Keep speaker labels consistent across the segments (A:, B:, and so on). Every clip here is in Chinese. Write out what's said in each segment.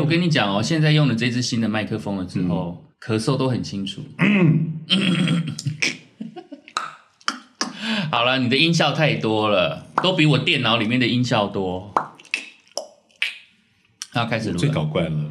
A: 我跟你讲哦，现在用了这支新的麦克风了之
B: 嗯
A: 后，咳嗽都很清楚。 好了，你的音效太多了，都比我电脑里面的音效多。那开始录
B: 最
A: 了。
B: 搞怪了。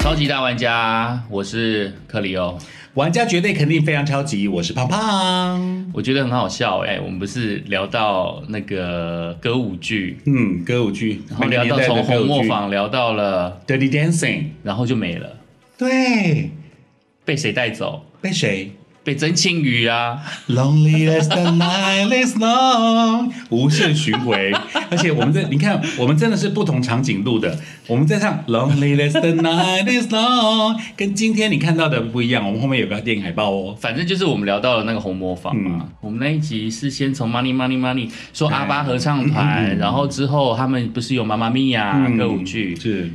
A: 超级大玩家，我是克里欧，
B: 玩家绝对肯定非常超级，我是胖胖。
A: 我觉得很好笑哎、我们不是聊到那个歌舞剧，
B: 嗯，歌舞剧，
A: 然后聊到从红磨坊聊到了，
B: 《Dirty Dancing》，
A: 然后就没了，
B: 对，
A: 被谁带走？
B: 被谁
A: 被曾庆瑜啊！
B: ？Lonely as the night is long，无限循 回。而且我们这，你看，我们真的是不同场景录的。我们在唱《Lonely as the night is long》，跟今天你看到的不一样。我们后面有个电影海报哦。
A: 反正就是我们聊到了那个红磨坊嘛。我们那一集是先从 Money Money Money 说阿巴合唱团，然后之后他们不是有妈妈咪呀
B: 啊
A: 歌舞剧，
B: 嗯是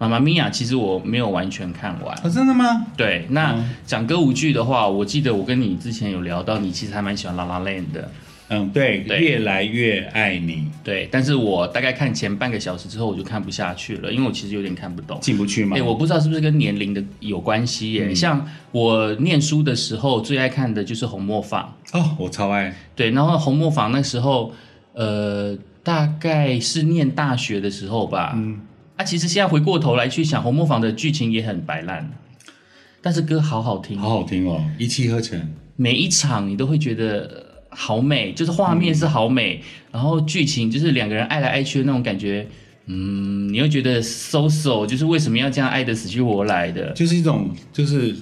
A: 妈妈咪呀其实我没有完全看完。
B: 啊，真的吗？
A: 对，那讲歌舞剧的话，我记得我跟你之前有聊到，你其实还蛮喜欢《La La Land》的，
B: 嗯，对，
A: 对
B: 越来越爱你，
A: 对。但是我大概看前半个小时之后，我就看不下去了，因为我其实有点看不懂。
B: 进不去吗？
A: 哎、我不知道是不是跟年龄的有关系耶、像我念书的时候，最爱看的就是《红磨坊》。
B: 哦，我超爱，
A: 对，然后红磨坊那时候，呃，大概是念大学的时候吧。嗯，啊，其实现在回过头来去想，红磨坊的剧情也很白烂，但是歌好好听，
B: 好好听哦，一气呵成。
A: 每一场你都会觉得呃好美，就是画面是好美，然后剧情就是两个人爱来爱去的那种感觉。嗯，你又觉得 so so，就是为什么要这样爱的死去活来的？
B: 就是一种就是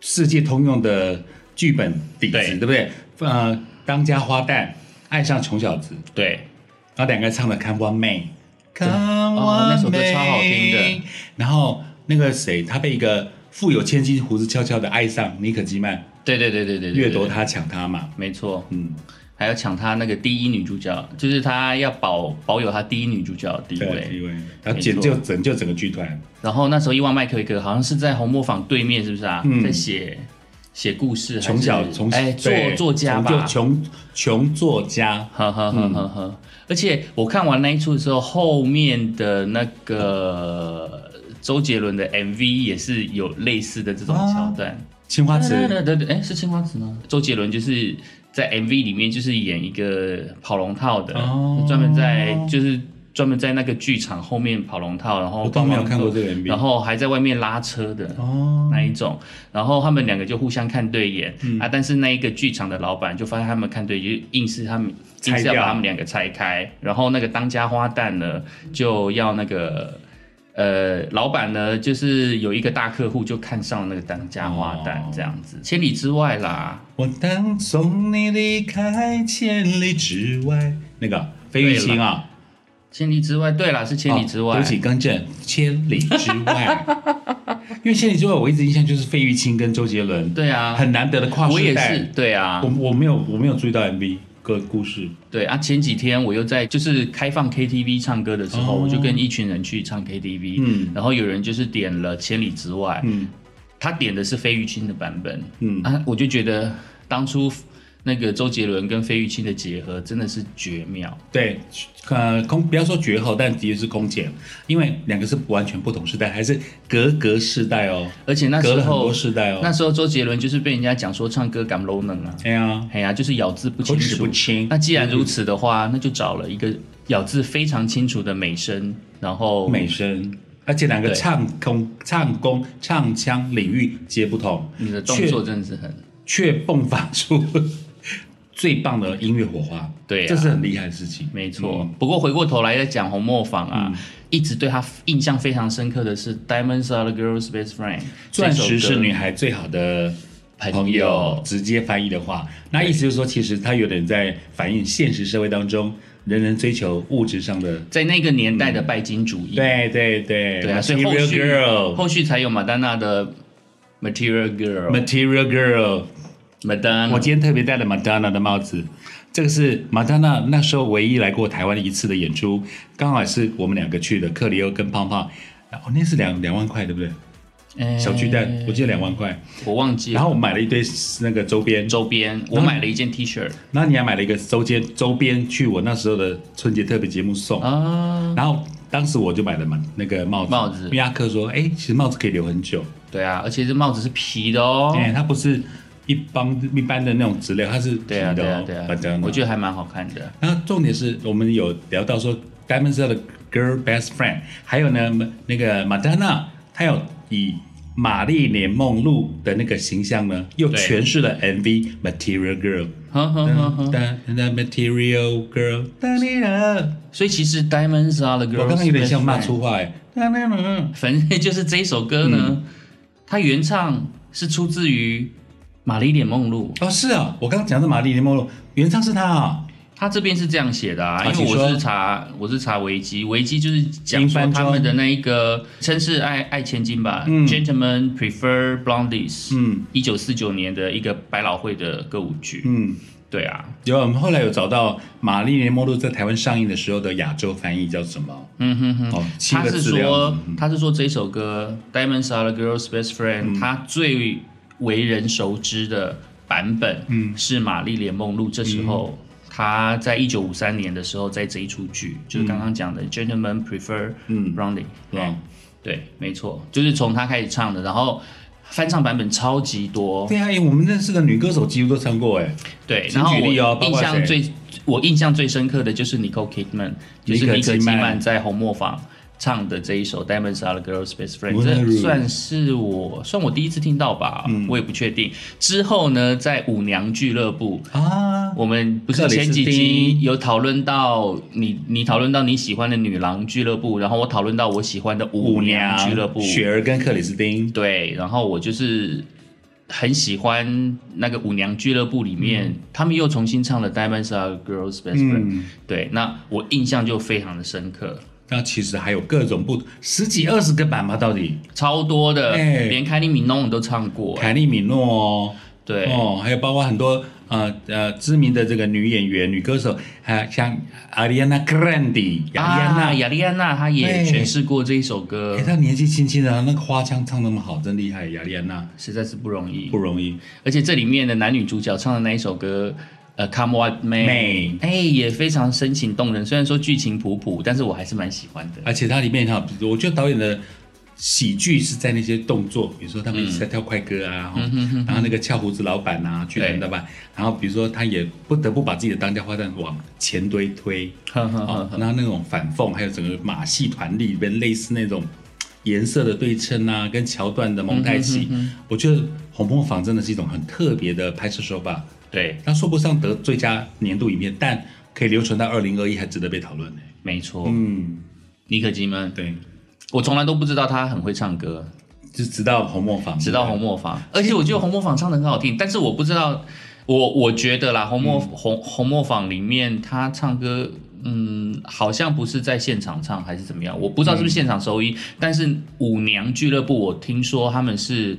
B: 世界通用的剧本底子，
A: 对
B: 对不对？呃，当家花旦爱上穷小子，
A: 对，
B: 然后两个人唱的《看花妹》，看
A: 哦那首歌超好听的。
B: 然后那个谁，他被一个富有千金、胡子悄悄的爱上妮可基曼，
A: 对对对对对对，
B: 掠夺
A: 对，
B: 他、抢他嘛。
A: 没错。
B: 嗯，
A: 还要抢她那个第一女主角，就是她要保保有她第一女主角的地
B: 对，
A: 位。
B: 因为然后
A: 没
B: 拯
A: 错
B: 救拯救整个剧团，
A: 然后那时候伊万麦克一个好像是在红磨坊对面，是不是啊？
B: 嗯
A: 在写写故事还是，
B: 从小从
A: 哎作
B: 对
A: 作家吧
B: 从，穷穷作家，
A: 呵呵
B: 嗯
A: 呵呵呵。而且我看完那一出的时候，后面的那个周杰伦的 MV 也是有类似的这种
B: 啊
A: 桥段。
B: 青花瓷。
A: 对对对，哎，是青花瓷吗？周杰伦就是在 MV 里面就是演一个跑龙套的，
B: 哦
A: 专门在就是专门在那个剧场后面跑龙套，然后
B: 我都没有
A: 帮忙
B: 看过这个
A: 然
B: MV
A: 后还在外面拉车的。
B: 哦，
A: 那一种，然后他们两个就互相看对眼、
B: 嗯
A: 啊，但是那一个剧场的老板就发现他们看对眼，就硬是他们硬
B: 拆
A: 是要
B: 掉
A: 把他们两个拆开，然后那个当家花旦呢就要那个呃老板呢就是有一个大客户就看上了那个当家花旦
B: 哦
A: 这样子，千里之外啦，
B: 我当送你离开千里之外，那个费玉清啊，
A: 千里之外，对啦，是千里之外，
B: 哦对不起，更正，千里之 外。因为千里之外，我一直印象就是费玉清跟周杰伦，
A: 对啊，
B: 很难得的跨
A: 我
B: 世
A: 也
B: 代。
A: 是，对啊，
B: 我我没有我没有注意到 MV 个故事，
A: 对啊，前几天我又在就是开放 KTV 唱歌的时候，
B: 哦
A: 我就跟一群人去唱 KTV，
B: 嗯
A: 然后有人就是点了《千里之外》，
B: 嗯
A: 他点的是费玉清的版本，
B: 嗯
A: 啊，我就觉得当初那个周杰伦跟费玉清的结合真的是绝妙，
B: 对，呃，空不要说绝后，但的确是空姐，因为两个是完全不同时代，还是隔隔世代哦，
A: 而且那
B: 隔
A: 时
B: 了很
A: 候
B: 多世代哦。
A: 那时候周杰伦就是被人家讲说唱歌敢 low 能啊，
B: 哎呀，
A: 哎呀，就是咬字不
B: 口
A: 清
B: 齿
A: 楚
B: 不。清。
A: 那既然如此的话，那就找了一个咬字非常清楚的美声，然后
B: 美声，而且两个
A: 对
B: 唱功、唱功、唱腔领域皆不同，
A: 你的动
B: 却
A: 作真的是很。
B: 却迸发出最棒的音乐火花。
A: 对啊
B: 这是很厉害的事情。嗯
A: 没错，不过回过头来再讲红磨坊啊，一直对他印象非常深刻的是《Diamonds Are the Girl's Best Friend》，
B: 钻
A: 这首
B: 石是
A: 歌
B: 女孩最好的
A: 朋
B: 朋友
A: 友，
B: 直接翻译的话，那意思就是说，其实它有点在反映现实社会当中，人人追求物质上的。
A: 在那个年代的拜金主义，
B: 对对对，
A: 对啊，所以后
B: Material
A: 续
B: girl。
A: 后续才有马丹娜的《Material Girl》
B: Material Girl，
A: ，Madonna
B: 我今天特别戴了 Madonna 的帽子，这个是马丹娜那时候唯一来过台湾一次的演出，刚好也是我们两个去的，克里欧跟胖胖。哦，那是两两万块，对不对？
A: 哎
B: 小巨蛋，我记得两万块。
A: 我忘记了。
B: 然后我买了一堆那个周边，
A: 周边，我买了一件 T 恤
B: 然后你还买了一个周边周边去我那时候的春节特别节目送。
A: 啊，
B: 然后当时我就买了嘛那个帽子，
A: 帽子
B: 因为阿克说，哎、其实帽子可以留很久，
A: 对啊，而且这帽子是皮的哦。
B: 哎、它不是一般一般的那种质量，它是皮
A: 对啊，对
B: 的
A: 啊
B: 哦，，
A: 对啊
B: 反正、，
A: 我觉得还蛮好看的。
B: 然后重点是我们有聊到说 Diamond 的 Girl Best Friend，还有呢那个马丹娜，她有以玛丽莲梦露的那个形象呢，又
A: 对嗯
B: 诠释了 MV Material Girl，
A: 哼哼哼哼。
B: 哒哒 Material Girl，哒哩啦
A: 所以其实 Diamonds Are the Girls，
B: 我刚刚有点像骂
A: Best
B: 粗话哎，哒哩啦
A: Friend。反正就是这一首歌呢，
B: 嗯
A: 它原唱是出自于玛丽莲梦露，
B: 哦，是啊，我刚刚讲的玛丽莲梦露，原唱是她啊，
A: 他这边是这样写的啊，
B: 啊
A: 因为
B: 请说
A: 我是查我是查维基，维基就是讲
B: 英
A: 说
B: 翻中
A: 他们的那一个绅士爱爱千金吧、
B: 嗯
A: g e n t l e m e n prefer blondies，
B: 嗯
A: 一九四九年的一个百老汇的歌舞剧，
B: 嗯，
A: 对啊，
B: 有我们后来有找到玛丽莲梦露在台湾上映的时候的亚洲翻译叫什么？
A: 嗯哼哼。
B: 哦，七
A: 他
B: 个
A: 是
B: 字料嗯
A: 说，他是说这首歌《Diamonds Are the Girl's Best Friend》，他
B: 嗯
A: 最为人熟知的版本，
B: 嗯
A: 是玛丽莲梦露。这时候，他在一九五三年的时候，在这一出剧，就是刚刚讲的《Gentlemen Prefer
B: 嗯
A: Blondie》，
B: 嗯，
A: 对，没错，就是从他开始唱的，然后翻唱版本超级多，
B: 对啊，哎，我们认识的女歌手几乎都唱过哎，
A: 对，
B: 请
A: 然后
B: 举例哦
A: 我
B: 包
A: 印
B: 括
A: 象
B: 谁
A: 最我印象最深刻的就是 Nicole Kidman，就是
B: 妮可
A: 妮可
B: 基
A: 基
B: 曼
A: 曼在红磨坊唱的这一首《Diamonds Are the Girl's Best Friend》，
B: Vulnerable
A: 这算是我算我第一次听到吧，我也不确定。之后呢，在舞娘俱乐部。
B: 啊，
A: 我们不
B: 克
A: 是
B: 里斯
A: 前几
B: 汀
A: 集有讨论到你，你讨论到你喜欢的女郎俱乐部，然后我讨论到我喜欢的舞
B: 舞
A: 娘
B: 娘
A: 俱乐部，
B: 雪儿跟克里斯汀，
A: 对，然后我就是很喜欢那个舞娘俱乐部里面，他们又重新唱了《Diamonds Are Girls' Best Friend、
B: 嗯，
A: 对，那我印象就非常的深刻，
B: 那其实还有各种不十几二十个版吧，到底
A: 超多的，
B: 哎
A: 连凯莉米诺都唱过、哎
B: 凯利米诺哦，
A: 对，
B: 哦，还有包括很多呃呃知名的这个女演员、女歌手，还有像 Ariana Grande 雅丽安娜
A: 啊，雅丽安娜她
B: 哎
A: 也诠释过这一首歌
B: 哎、，她年纪轻轻的，她那个花腔唱那么好，真厉害，雅丽安娜
A: 实在是不容易
B: 不。容易。
A: 而且这里面的男女主角唱的那一首歌，呃，《Come What
B: 嗯
A: May
B: May》，
A: 哎，也非常深情动人。虽然说剧情普普，但是我还是蛮喜欢的。
B: 而且它里面哈，我觉得导演的喜剧是在那些动作，比如说他们一直在跳快歌啊，哈然后那个翘胡子老板啊，巨人老板，然后比如说他也不得不把自己的当家花旦往前堆推，
A: 呵呵呵
B: 哦
A: 呵，
B: 然后那种反讽，还有整个马戏团里边类似那种颜色的对称啊，跟桥段的蒙太奇，我觉得红磨坊真的是一种很特别的拍摄手法，
A: 对，
B: 它说不上得最佳年度影片，但可以留存到二零二一，还值得被讨论呢。
A: 没错。
B: 嗯，
A: 妮可基曼，
B: 对。
A: 我从来都不知道她很会唱歌，
B: 就直到红磨坊，
A: 直到红磨坊。而且我觉得红磨坊唱的很好听，但是我不知道，我我觉得啦，红磨、
B: 嗯
A: 红红磨坊里面她唱歌，嗯，好像不是在现场唱还是怎么样，我不知道是不是现场收音。但是舞娘俱乐部，我听说他们是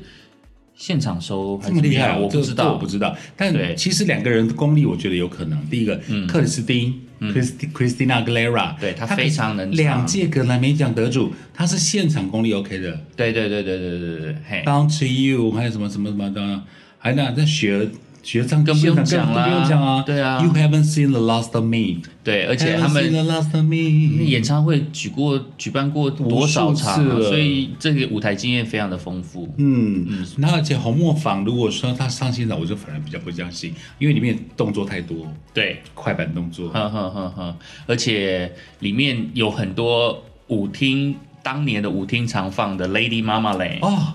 A: 现场收还是
B: 这么
A: 怎么
B: 厉害，啊
A: 样，我
B: 这
A: 不知
B: 这我
A: 道
B: 不。知道。但
A: 对嗯
B: 其实两个人的功力，我觉得有可能。第一个，克里斯汀，Christi-，Christina Aguilera，
A: 对她
B: 她可
A: 非常能唱
B: 两届格莱美奖得主，她是现场功力 OK 的。
A: 对对对对对对对，嘿，
B: Down to You，还有什么什么什么的，还有那在学学唱，
A: 更不用
B: 现场
A: 讲啦
B: 更不用讲啊。
A: 对啊
B: ，You haven't seen the last of me，
A: 对，而且他
B: Haven't seen
A: 们。
B: the last of me，
A: 演唱会举过举办过多少场
B: 无数
A: 啊、
B: 次了
A: 所以这个舞台经验非常的丰富。
B: 嗯，那而且红磨坊，如果说他上现场，我就反而比较不相信，因为里面动作太多，
A: 对，
B: 快板动作。
A: 哼哼哼哼，而且里面有很多舞厅当年的舞厅常放的 Lady Mama 嘞、
B: 哦，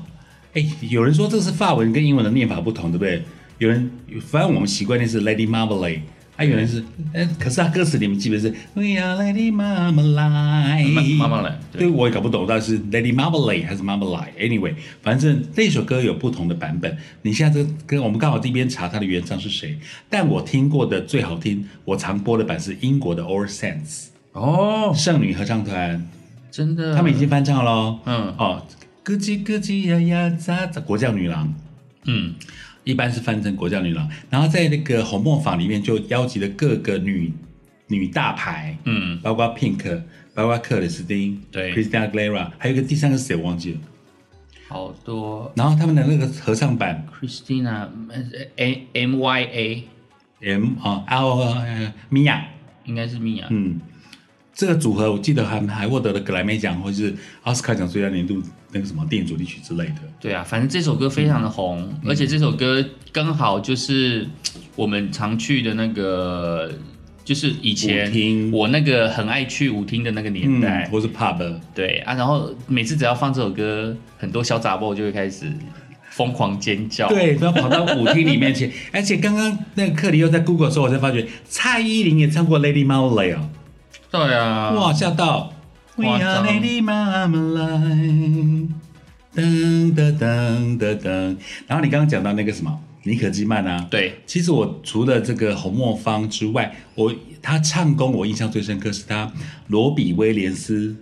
B: 哎，有人说这是法文跟英文的念法不同，对不对？有人，反正我们习惯念是 Lady Marmalade，啊，有人是，哎，可是他歌词里面基本是 We are Lady Marmalade，
A: 妈妈嘞，嗯
B: 对，
A: 对，
B: 我也搞不懂到底是 Lady Marmalade 还是 Marmalade。Anyway，反正那首歌有不同的版本。你现在这跟我们刚好这边查它的原唱是谁，但我听过的最好听，我常播的版是英国的 All Saints
A: 哦，
B: 圣女合唱团。
A: 真的，
B: 他们已经翻唱喽。
A: 嗯
B: 哦，咯叽咯叽呀呀喳喳，国教女郎。
A: 嗯，
B: 一般是翻成国教女郎。然后在那个红磨坊里面就邀集了各个女女大牌，
A: 嗯，
B: 包括 Pink，包括克里斯汀，
A: 对
B: ，Christina Aguilera，还有一个第三个是谁我忘记了。
A: 好多
B: 然后他们的那个合唱版
A: Christina M M Y A
B: M 啊 L 呃米娅，
A: 应该是啊米娅，
B: 嗯，这个组合我记得还还获得了格莱美奖或者是奥斯卡奖最佳年度那个什么电影主题曲之类的。
A: 对啊，反正这首歌非常的红，
B: 嗯
A: 而且这首歌刚好就是我们常去的那个，就是以前
B: 舞厅
A: 我那个很爱去舞厅的那个年代，
B: 嗯或是 pub，
A: 对啊，然后每次只要放这首歌，很多小杂货就会开始疯狂尖叫，
B: 对，都要跑到舞厅里面去。而且刚刚那个克里又在 Google 的时候，我才发觉蔡依林也唱过 Lady Marmalade 哦，
A: 对啊，
B: 哇，吓到！We
A: 夸
B: are
A: 张
B: Lady Marmalade，噔噔噔噔噔。然后你刚刚讲到那个什么妮可基曼啊，
A: 对，
B: 其实我除了这个侯莫芳之外，我他唱功我印象最深刻是他罗比威廉斯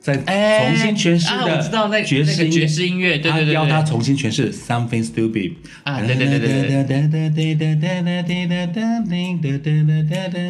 B: 在
A: 哎
B: 重新诠释
A: 啊我知道那
B: 的
A: 个
B: 爵
A: 那
B: 士
A: 个
B: 音乐
A: 爵士音乐，对
B: 他
A: 对对
B: 邀他
A: 对，
B: 重新诠释 Something Stupid
A: 啊对对对对对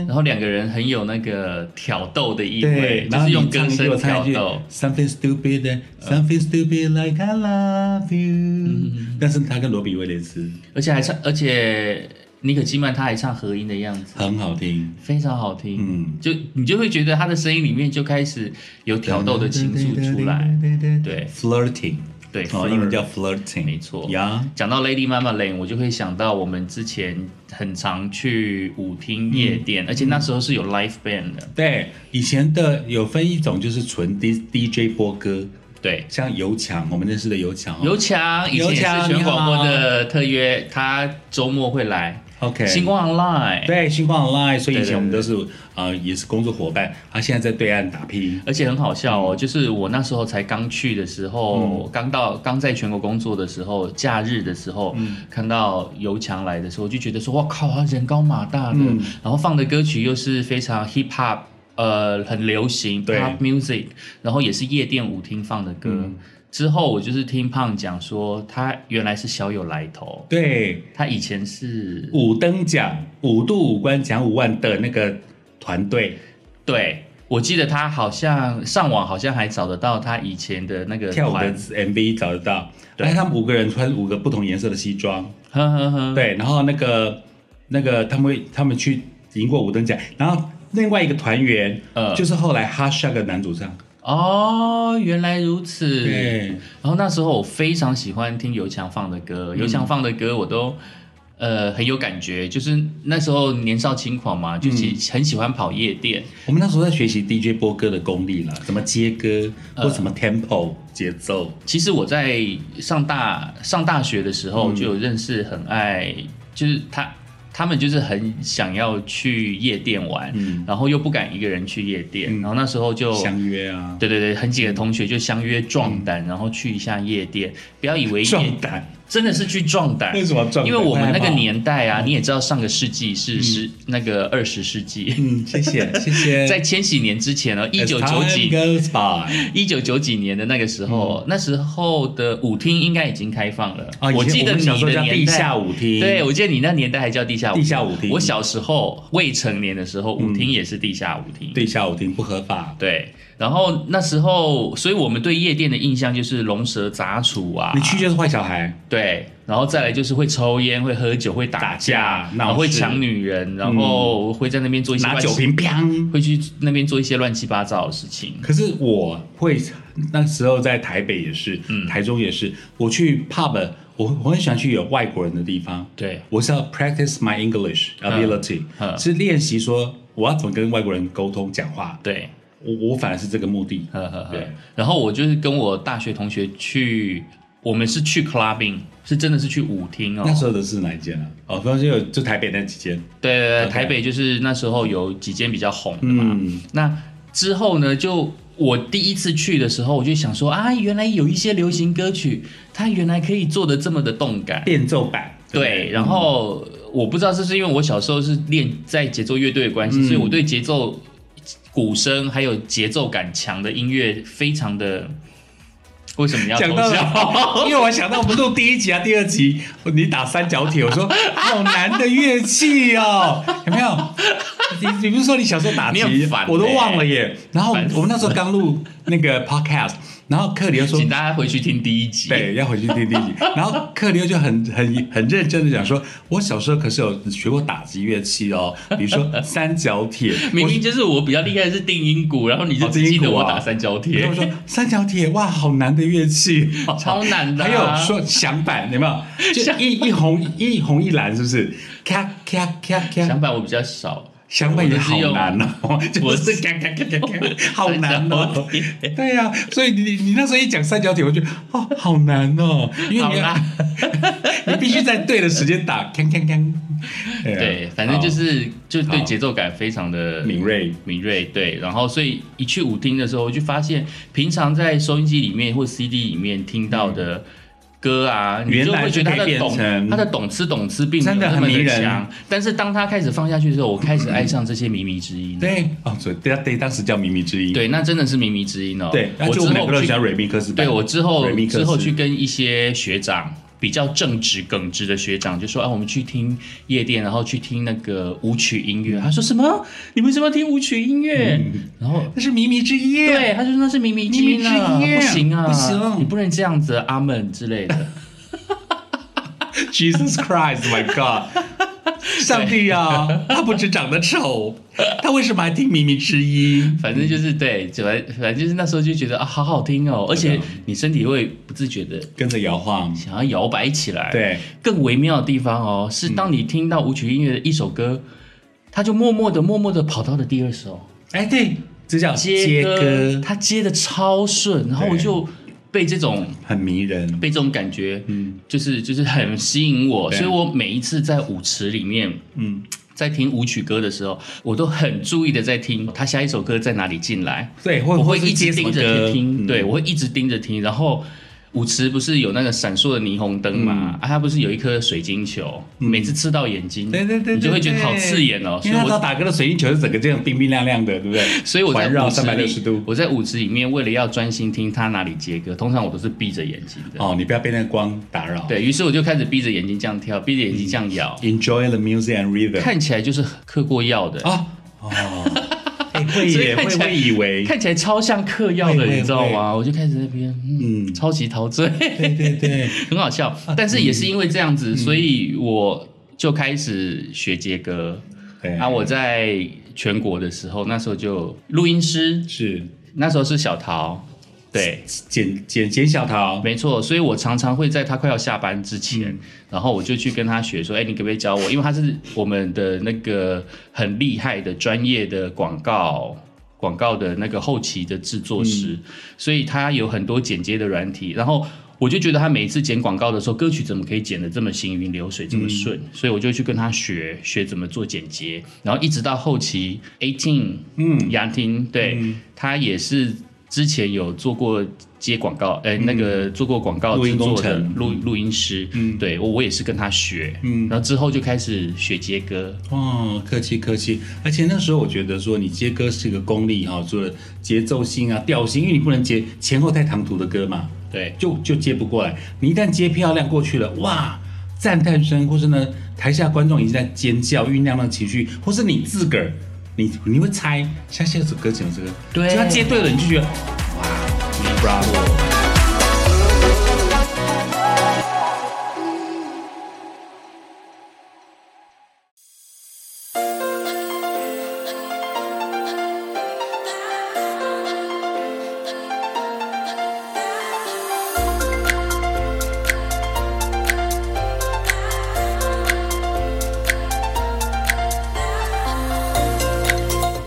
A: 然后两个人很有那个挑逗的意味，
B: 对，
A: 就
B: 然后
A: 是
B: 你
A: 用
B: 唱
A: 歌
B: 一句
A: 声啊
B: 我唱
A: 挑
B: 一句
A: 逗，
B: Something Stupid Something Stupid Like I Love You，但
A: 嗯
B: 是他跟罗比威廉斯
A: 而且还唱，而且妮可基曼她还唱合音的样子，
B: 很好听，
A: 非常好听。
B: 嗯。
A: 就你就会觉得她的声音里面就开始有挑逗的情愫出来。，对
B: ，flirting，
A: 对
B: 哦，
A: flirt
B: 英文叫 flirting，
A: 没错
B: 呀，
A: 讲到 Lady Mama Lane，我就会想到我们之前很常去舞厅夜店，
B: 嗯
A: 而且那时候是有 live band 的。
B: 对，以前的有分一种就是纯 D DJ 播歌，
A: 对，
B: 像尤强，我们认识的尤强哦，
A: 尤强以前也
B: 尤强
A: 是全
B: 你好
A: 广播的特约，他周末会来
B: OK，
A: 星光 Online，
B: 对星光 Online，所以以前我们
A: 哎对
B: 都是呃也是工作伙伴，他现在在对岸打拼，
A: 而且很好笑
B: 嗯
A: 哦，就是我那时候才刚去的时候，刚到刚在全国工作的时候，假日的时候，
B: 嗯
A: 看到尤强来的时候，我就觉得说，哇靠，他人高马大的，
B: 嗯
A: 然后放的歌曲又是非常 hip hop，呃，很流行
B: 对
A: pop music，然后也是夜店舞厅放的歌。
B: 嗯
A: 之后我就是听胖讲说，他原来是小有来头，
B: 对，
A: 他以前是
B: 五等奖五度五关奖五万的那个团队
A: 对。我记得他好像上网好像还找得到他以前的那个
B: 跳舞的
A: 团
B: MV 找得到，哎
A: 对
B: 然后他们五个人穿五个不同颜色的西装。
A: 呵呵呵，
B: 对，然后那个那个他们会他们去赢过五等奖，然后另外一个团员，
A: 呃
B: 就是后来哈夏的男主唱，
A: 哦，原来如此。
B: 对，
A: 然后那时候我非常喜欢听尤强放的歌，
B: 嗯
A: 尤强放的歌我都。呃，很有感觉，就是那时候年少轻狂
B: 嗯
A: 嘛，就其很喜欢跑夜店，
B: 我们那时候在学习 DJ 播歌的功力啦，怎么接歌
A: 嗯
B: 或什么 tempo 节奏，
A: 其实我在上大上大学的时
B: 嗯
A: 候就有认识很爱，就是他他们就是很想要去夜店玩，
B: 嗯
A: 然后又不敢一个人去夜店，
B: 嗯
A: 然后那时候就
B: 相约啊，
A: 对对对，很几个同学就相约壮胆，然后去一下夜店。不要以为夜
B: 壮胆，
A: 真的是去壮胆，
B: 为什么壮胆嗯
A: 因为我们那个
B: 害怕
A: 年代啊，你也知道上个世纪是十、那个二十世纪，
B: 嗯，谢谢谢谢，
A: 在千禧年之前哦呢，一九九
B: 嗯 As
A: 几
B: time goes by
A: 一九九几年的那个时候，那时候的舞厅应该已经开放了。
B: 啊，以前
A: 我记得
B: 们
A: 你
B: 小时候叫
A: 的
B: 地
A: 年
B: 下
A: 代。
B: 舞厅，
A: 对，我记得你那年代还叫地下舞
B: 地下舞厅嗯
A: 我小时候未成年的时候，舞厅也是地下舞厅。
B: 地下舞厅不合法，
A: 对，然后那时候，所以我们对夜店的印象就是龙蛇杂处啊，
B: 你去就是坏小孩，
A: 对，然后再来就是会抽烟、会喝酒、会打
B: 打
A: 架
B: 架，
A: 然后会
B: 闹事
A: 抢女人，然后会在那边做一些
B: 拿
A: 乱
B: 酒
A: 七，
B: 瓶砰。
A: 会去那边做一些乱七八糟的事情。
B: 可是我会那时候在台北也是，
A: 嗯
B: 台中也是，我去 pub，我我很喜欢去有外国人的地方，
A: 对，
B: 我是要 practice my English ability，、
A: 嗯
B: 是练习说我要怎么跟外国人沟通讲话，
A: 对，
B: 我我反而是这个目的，
A: 呵呵呵
B: 对。
A: 然后我就是跟我大学同学去，我们是去 clubbing，是真的是去舞厅哦。
B: 那时候的是哪一间啊？哦，反正就有就台北那几间，
A: 对对对
B: OK
A: 台北就是那时候有几间比较红的嘛。
B: 嗯，
A: 那之后呢，就我第一次去的时候，我就想说啊，原来有一些流行歌曲，它原来可以做的这么的动感。
B: 变奏版，
A: 对，然后我不知道是不是因为我小时候是练在节奏乐队的关系，
B: 嗯
A: 所以我对节奏、鼓声还有节奏感强的音乐非常的为什么你要
B: 讲
A: 偷
B: 到
A: 笑？
B: 了，因为我想到我们录第一集啊、第二集， 你打三角铁，我说 好难的乐器哦，有没有？你你不是说你小时候打
A: 你很
B: 击
A: 烦，
B: 我都
A: 欸
B: 忘了耶。然后我
A: 烦
B: 们
A: 死
B: 我们那时候刚录那个 podcast，然后克里又说
A: 请大家回去听第一集。
B: 对，要回去听第一集。然后克里欧就很很很认真的讲说，我小时候可是有学过打击乐器哦，比如说三角 铁。
A: 明明就是我比较厉害的是定音鼓，然后你就
B: 哦
A: 只
B: 定
A: 记
B: 音鼓
A: 得我
B: 啊
A: 打三角
B: 我
A: 铁
B: 我，说三角铁哇，好难的乐 器，
A: 超难的啊
B: 还有说响板有没有？就一一红一红一蓝是不是？咔咔咔咔，
A: 想法我比较少。
B: 响板也
A: 我都
B: 好
A: 是用
B: 难哦，
A: 我
B: 就是
A: 是嘎嘎嘎嘎 嘎，
B: 好难哦。对呀、所以你你那时候一讲三角铁，我就哦，好难哦，因为
A: 好
B: 你要
A: 啦，
B: 你必须在对的时间打， 锵锵锵。对啊
A: 对，反正就是就对
B: 好
A: 节奏感非常的
B: 好敏锐。
A: 敏锐，对，然后所以一去舞厅的时候，我就发现平常在收音机里面或 CD 里面听到的歌啊，你
B: 嗯原
A: 就
B: 来
A: 会觉得它
B: 就可以
A: 的
B: 变
A: 懂
B: 成
A: 它的懂吃懂吃并没有
B: 真的
A: 那
B: 很
A: 么
B: 迷
A: 的
B: 人
A: 强，但是当它开始放下去的时候，我开始爱上这些靡靡之音。
B: 对，哦，所以对啊，对，当时叫靡靡之音。
A: 对，那真的是靡靡之音哦。
B: 对，
A: 我
B: 啊就
A: 之
B: 我们两
A: 后
B: 个都喜
A: 去
B: 欢瑞米克斯版。
A: 对我之后
B: 瑞米克斯
A: 之后去跟一些学长。比较正直耿直的学长就说：“啊，我们去听夜店，然后去听那个舞曲音
B: 嗯
A: 乐。”他说：“什么？你们什么要听舞曲音乐？”然后
B: 那是靡靡之音。
A: 对，他就说那是靡靡之音啊，
B: 靡靡之音
A: 不行啊，
B: 不行
A: 你不能这样子，阿门之类 的。
B: ，Jesus Christ，My God，上帝啊，他不止长得丑，他为什么还听靡靡之音？
A: 反正就是对，反反正就是那时候就觉得啊，好好听哦，而
B: 啊
A: 且你身体会不自觉的
B: 跟着摇晃。
A: 想要摇摆起来。
B: 对，
A: 更微妙的地方哦，是当你听到舞曲音乐的一首歌，它就默默的、默默的跑到了第二首
B: 哎，对，这叫
A: 接
B: 歌，
A: 它接的超顺，然后我
B: 对
A: 就被这种
B: 很迷人。
A: 被这种感觉，嗯，就是就是很吸引我，
B: 对
A: 所以我每一次在舞池里面，
B: 嗯，
A: 在听舞曲歌的时候，我都很注意的在听它下一首歌在哪里进来，
B: 对，或
A: 我
B: 或
A: 会
B: 是
A: 一直
B: 接什么
A: 盯着
B: 歌
A: 听，
B: 嗯
A: 对我会一直盯着听，然后。舞池不是有那个闪烁的霓虹灯
B: 嗯
A: 嘛？啊，它不是有一颗水晶球，每次刺到眼睛，
B: 对对对，
A: 你就会觉得
B: 对
A: 好刺眼哦。所
B: 因
A: 以
B: 为他
A: 我，
B: 打歌的水晶球是整个这样冰冰亮亮的，对不对？
A: 所以我在
B: 环绕
A: 舞池
B: 三百六十
A: 里
B: 度，。
A: 我在舞池里面为了要专心听它哪里接歌，通常我都是闭着眼睛的。
B: 哦，你不要被那光打扰。
A: 对于是，我就开始闭着眼睛这样跳，闭着眼睛这
B: 嗯
A: 样摇，
B: ，Enjoy the music and rhythm。
A: 看起来就是嗑过药的，
B: 啊哦，哎会
A: 所以
B: 耶，
A: 看
B: 会
A: 起来
B: 会以为，
A: 看起来超像嗑药的，
B: 会会
A: 你知道吗？我就开始在那边，嗯，
B: 嗯
A: 超级陶醉，
B: 对对对， 啊嗯
A: 很好笑。但是也是因为这样子，所以我就开始学接歌。
B: 对
A: 啊，我在全国的时候，那时候就录音师，
B: 是
A: 那时候是小桃，对，
B: 简简简小桃，
A: 没错，所以我常常会在他快要下班之前，
B: 嗯
A: 然后我就去跟他学说，哎、你可不可以教我？因为他是我们的那个很厉害的专业的广告广告的那个后期的制作师，
B: 嗯
A: 所以他有很多剪接的软体，然后。我就觉得他每一次剪广告的时候，歌曲怎么可以剪得这么行云流水，这么顺？
B: 嗯
A: 所以我就去跟他学学怎么做剪接，然后一直到后期 eighteen
B: 嗯，
A: 雅婷，对、他也是之前有做过接广告，哎、那个做过广告
B: 嗯录音
A: 制
B: 工
A: 作的
B: 程嗯
A: 录录音师，对我我也是跟他学，然后之后就开始学接歌，
B: 哦，客气客气，而且那时候我觉得说你接歌是一个功力哈，除了节奏性啊、调性，因为你不能接前后太唐突的歌嘛，
A: 对，
B: 就就接不过来。你一旦接漂亮过去了，哇！赞叹声，或是呢，台下观众已经在尖叫，酝酿那个情绪，或是你自个儿，你你会猜，像这首歌讲这个，
A: 对
B: 只要接对了，你就觉得，哇，bravo。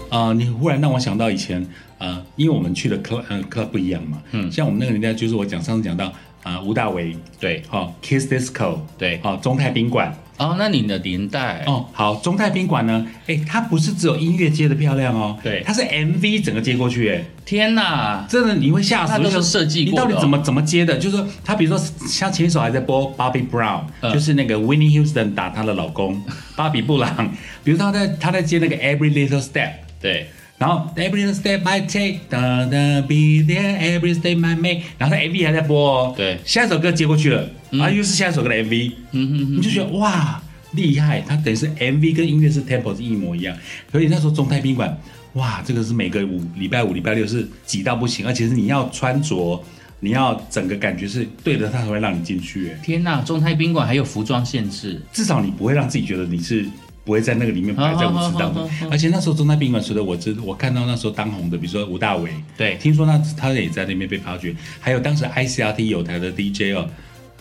B: 啊、你忽然让我想到以前，呃，因为我们去的 club 呃 club 不一样嘛，嗯，像我们那个年代，就是我讲上次讲到啊、呃吴大维，
A: 对，
B: 好、Kiss Disco，
A: 对
B: 好、中泰宾馆，
A: 哦，那你的年代，
B: 哦，好，中泰宾馆呢，哎，它不是只有音乐接的漂亮哦，
A: 对
B: 它是 MV 整个接过去，哎，
A: 天哪，
B: 真的你会吓死，
A: 那都是
B: 就是
A: 设计过的哦
B: 你到底怎么怎么接的？就是说，他比如说像前一首还在播 Bobby Brown，、
A: 嗯
B: 就是那个 Winnie Houston 打她的老公芭比布朗，比如说他在他在接那个 Every Little Step。
A: 对，
B: 然后 Every step I take，da da be there every step I make，然后它 MV 还在播哦。
A: 对
B: 下一首歌接过去了，然后又是下一首歌的 MV，
A: 嗯哼哼
B: 你就觉得哇厉害，它等于是 MV 跟音乐是 tempo 是一模一样。所以那时候中泰宾馆，哇，这个是每个五礼拜五、礼拜六是挤到不行，而且是你要穿着，你要整个感觉是对的，它才会让你进去。哎
A: 天呐，中泰宾馆还有服装限制，
B: 至少你不会让自己觉得你是不会在那个里面摆在舞池
A: 好好好好
B: 当中
A: 好。
B: 而且那时候中泰宾馆，除了我知，我看到那时候当红的，比如说吴大维，
A: 对
B: 听说那他也在那边被发掘，还有当时 ICRT 有台的 DJ 哦，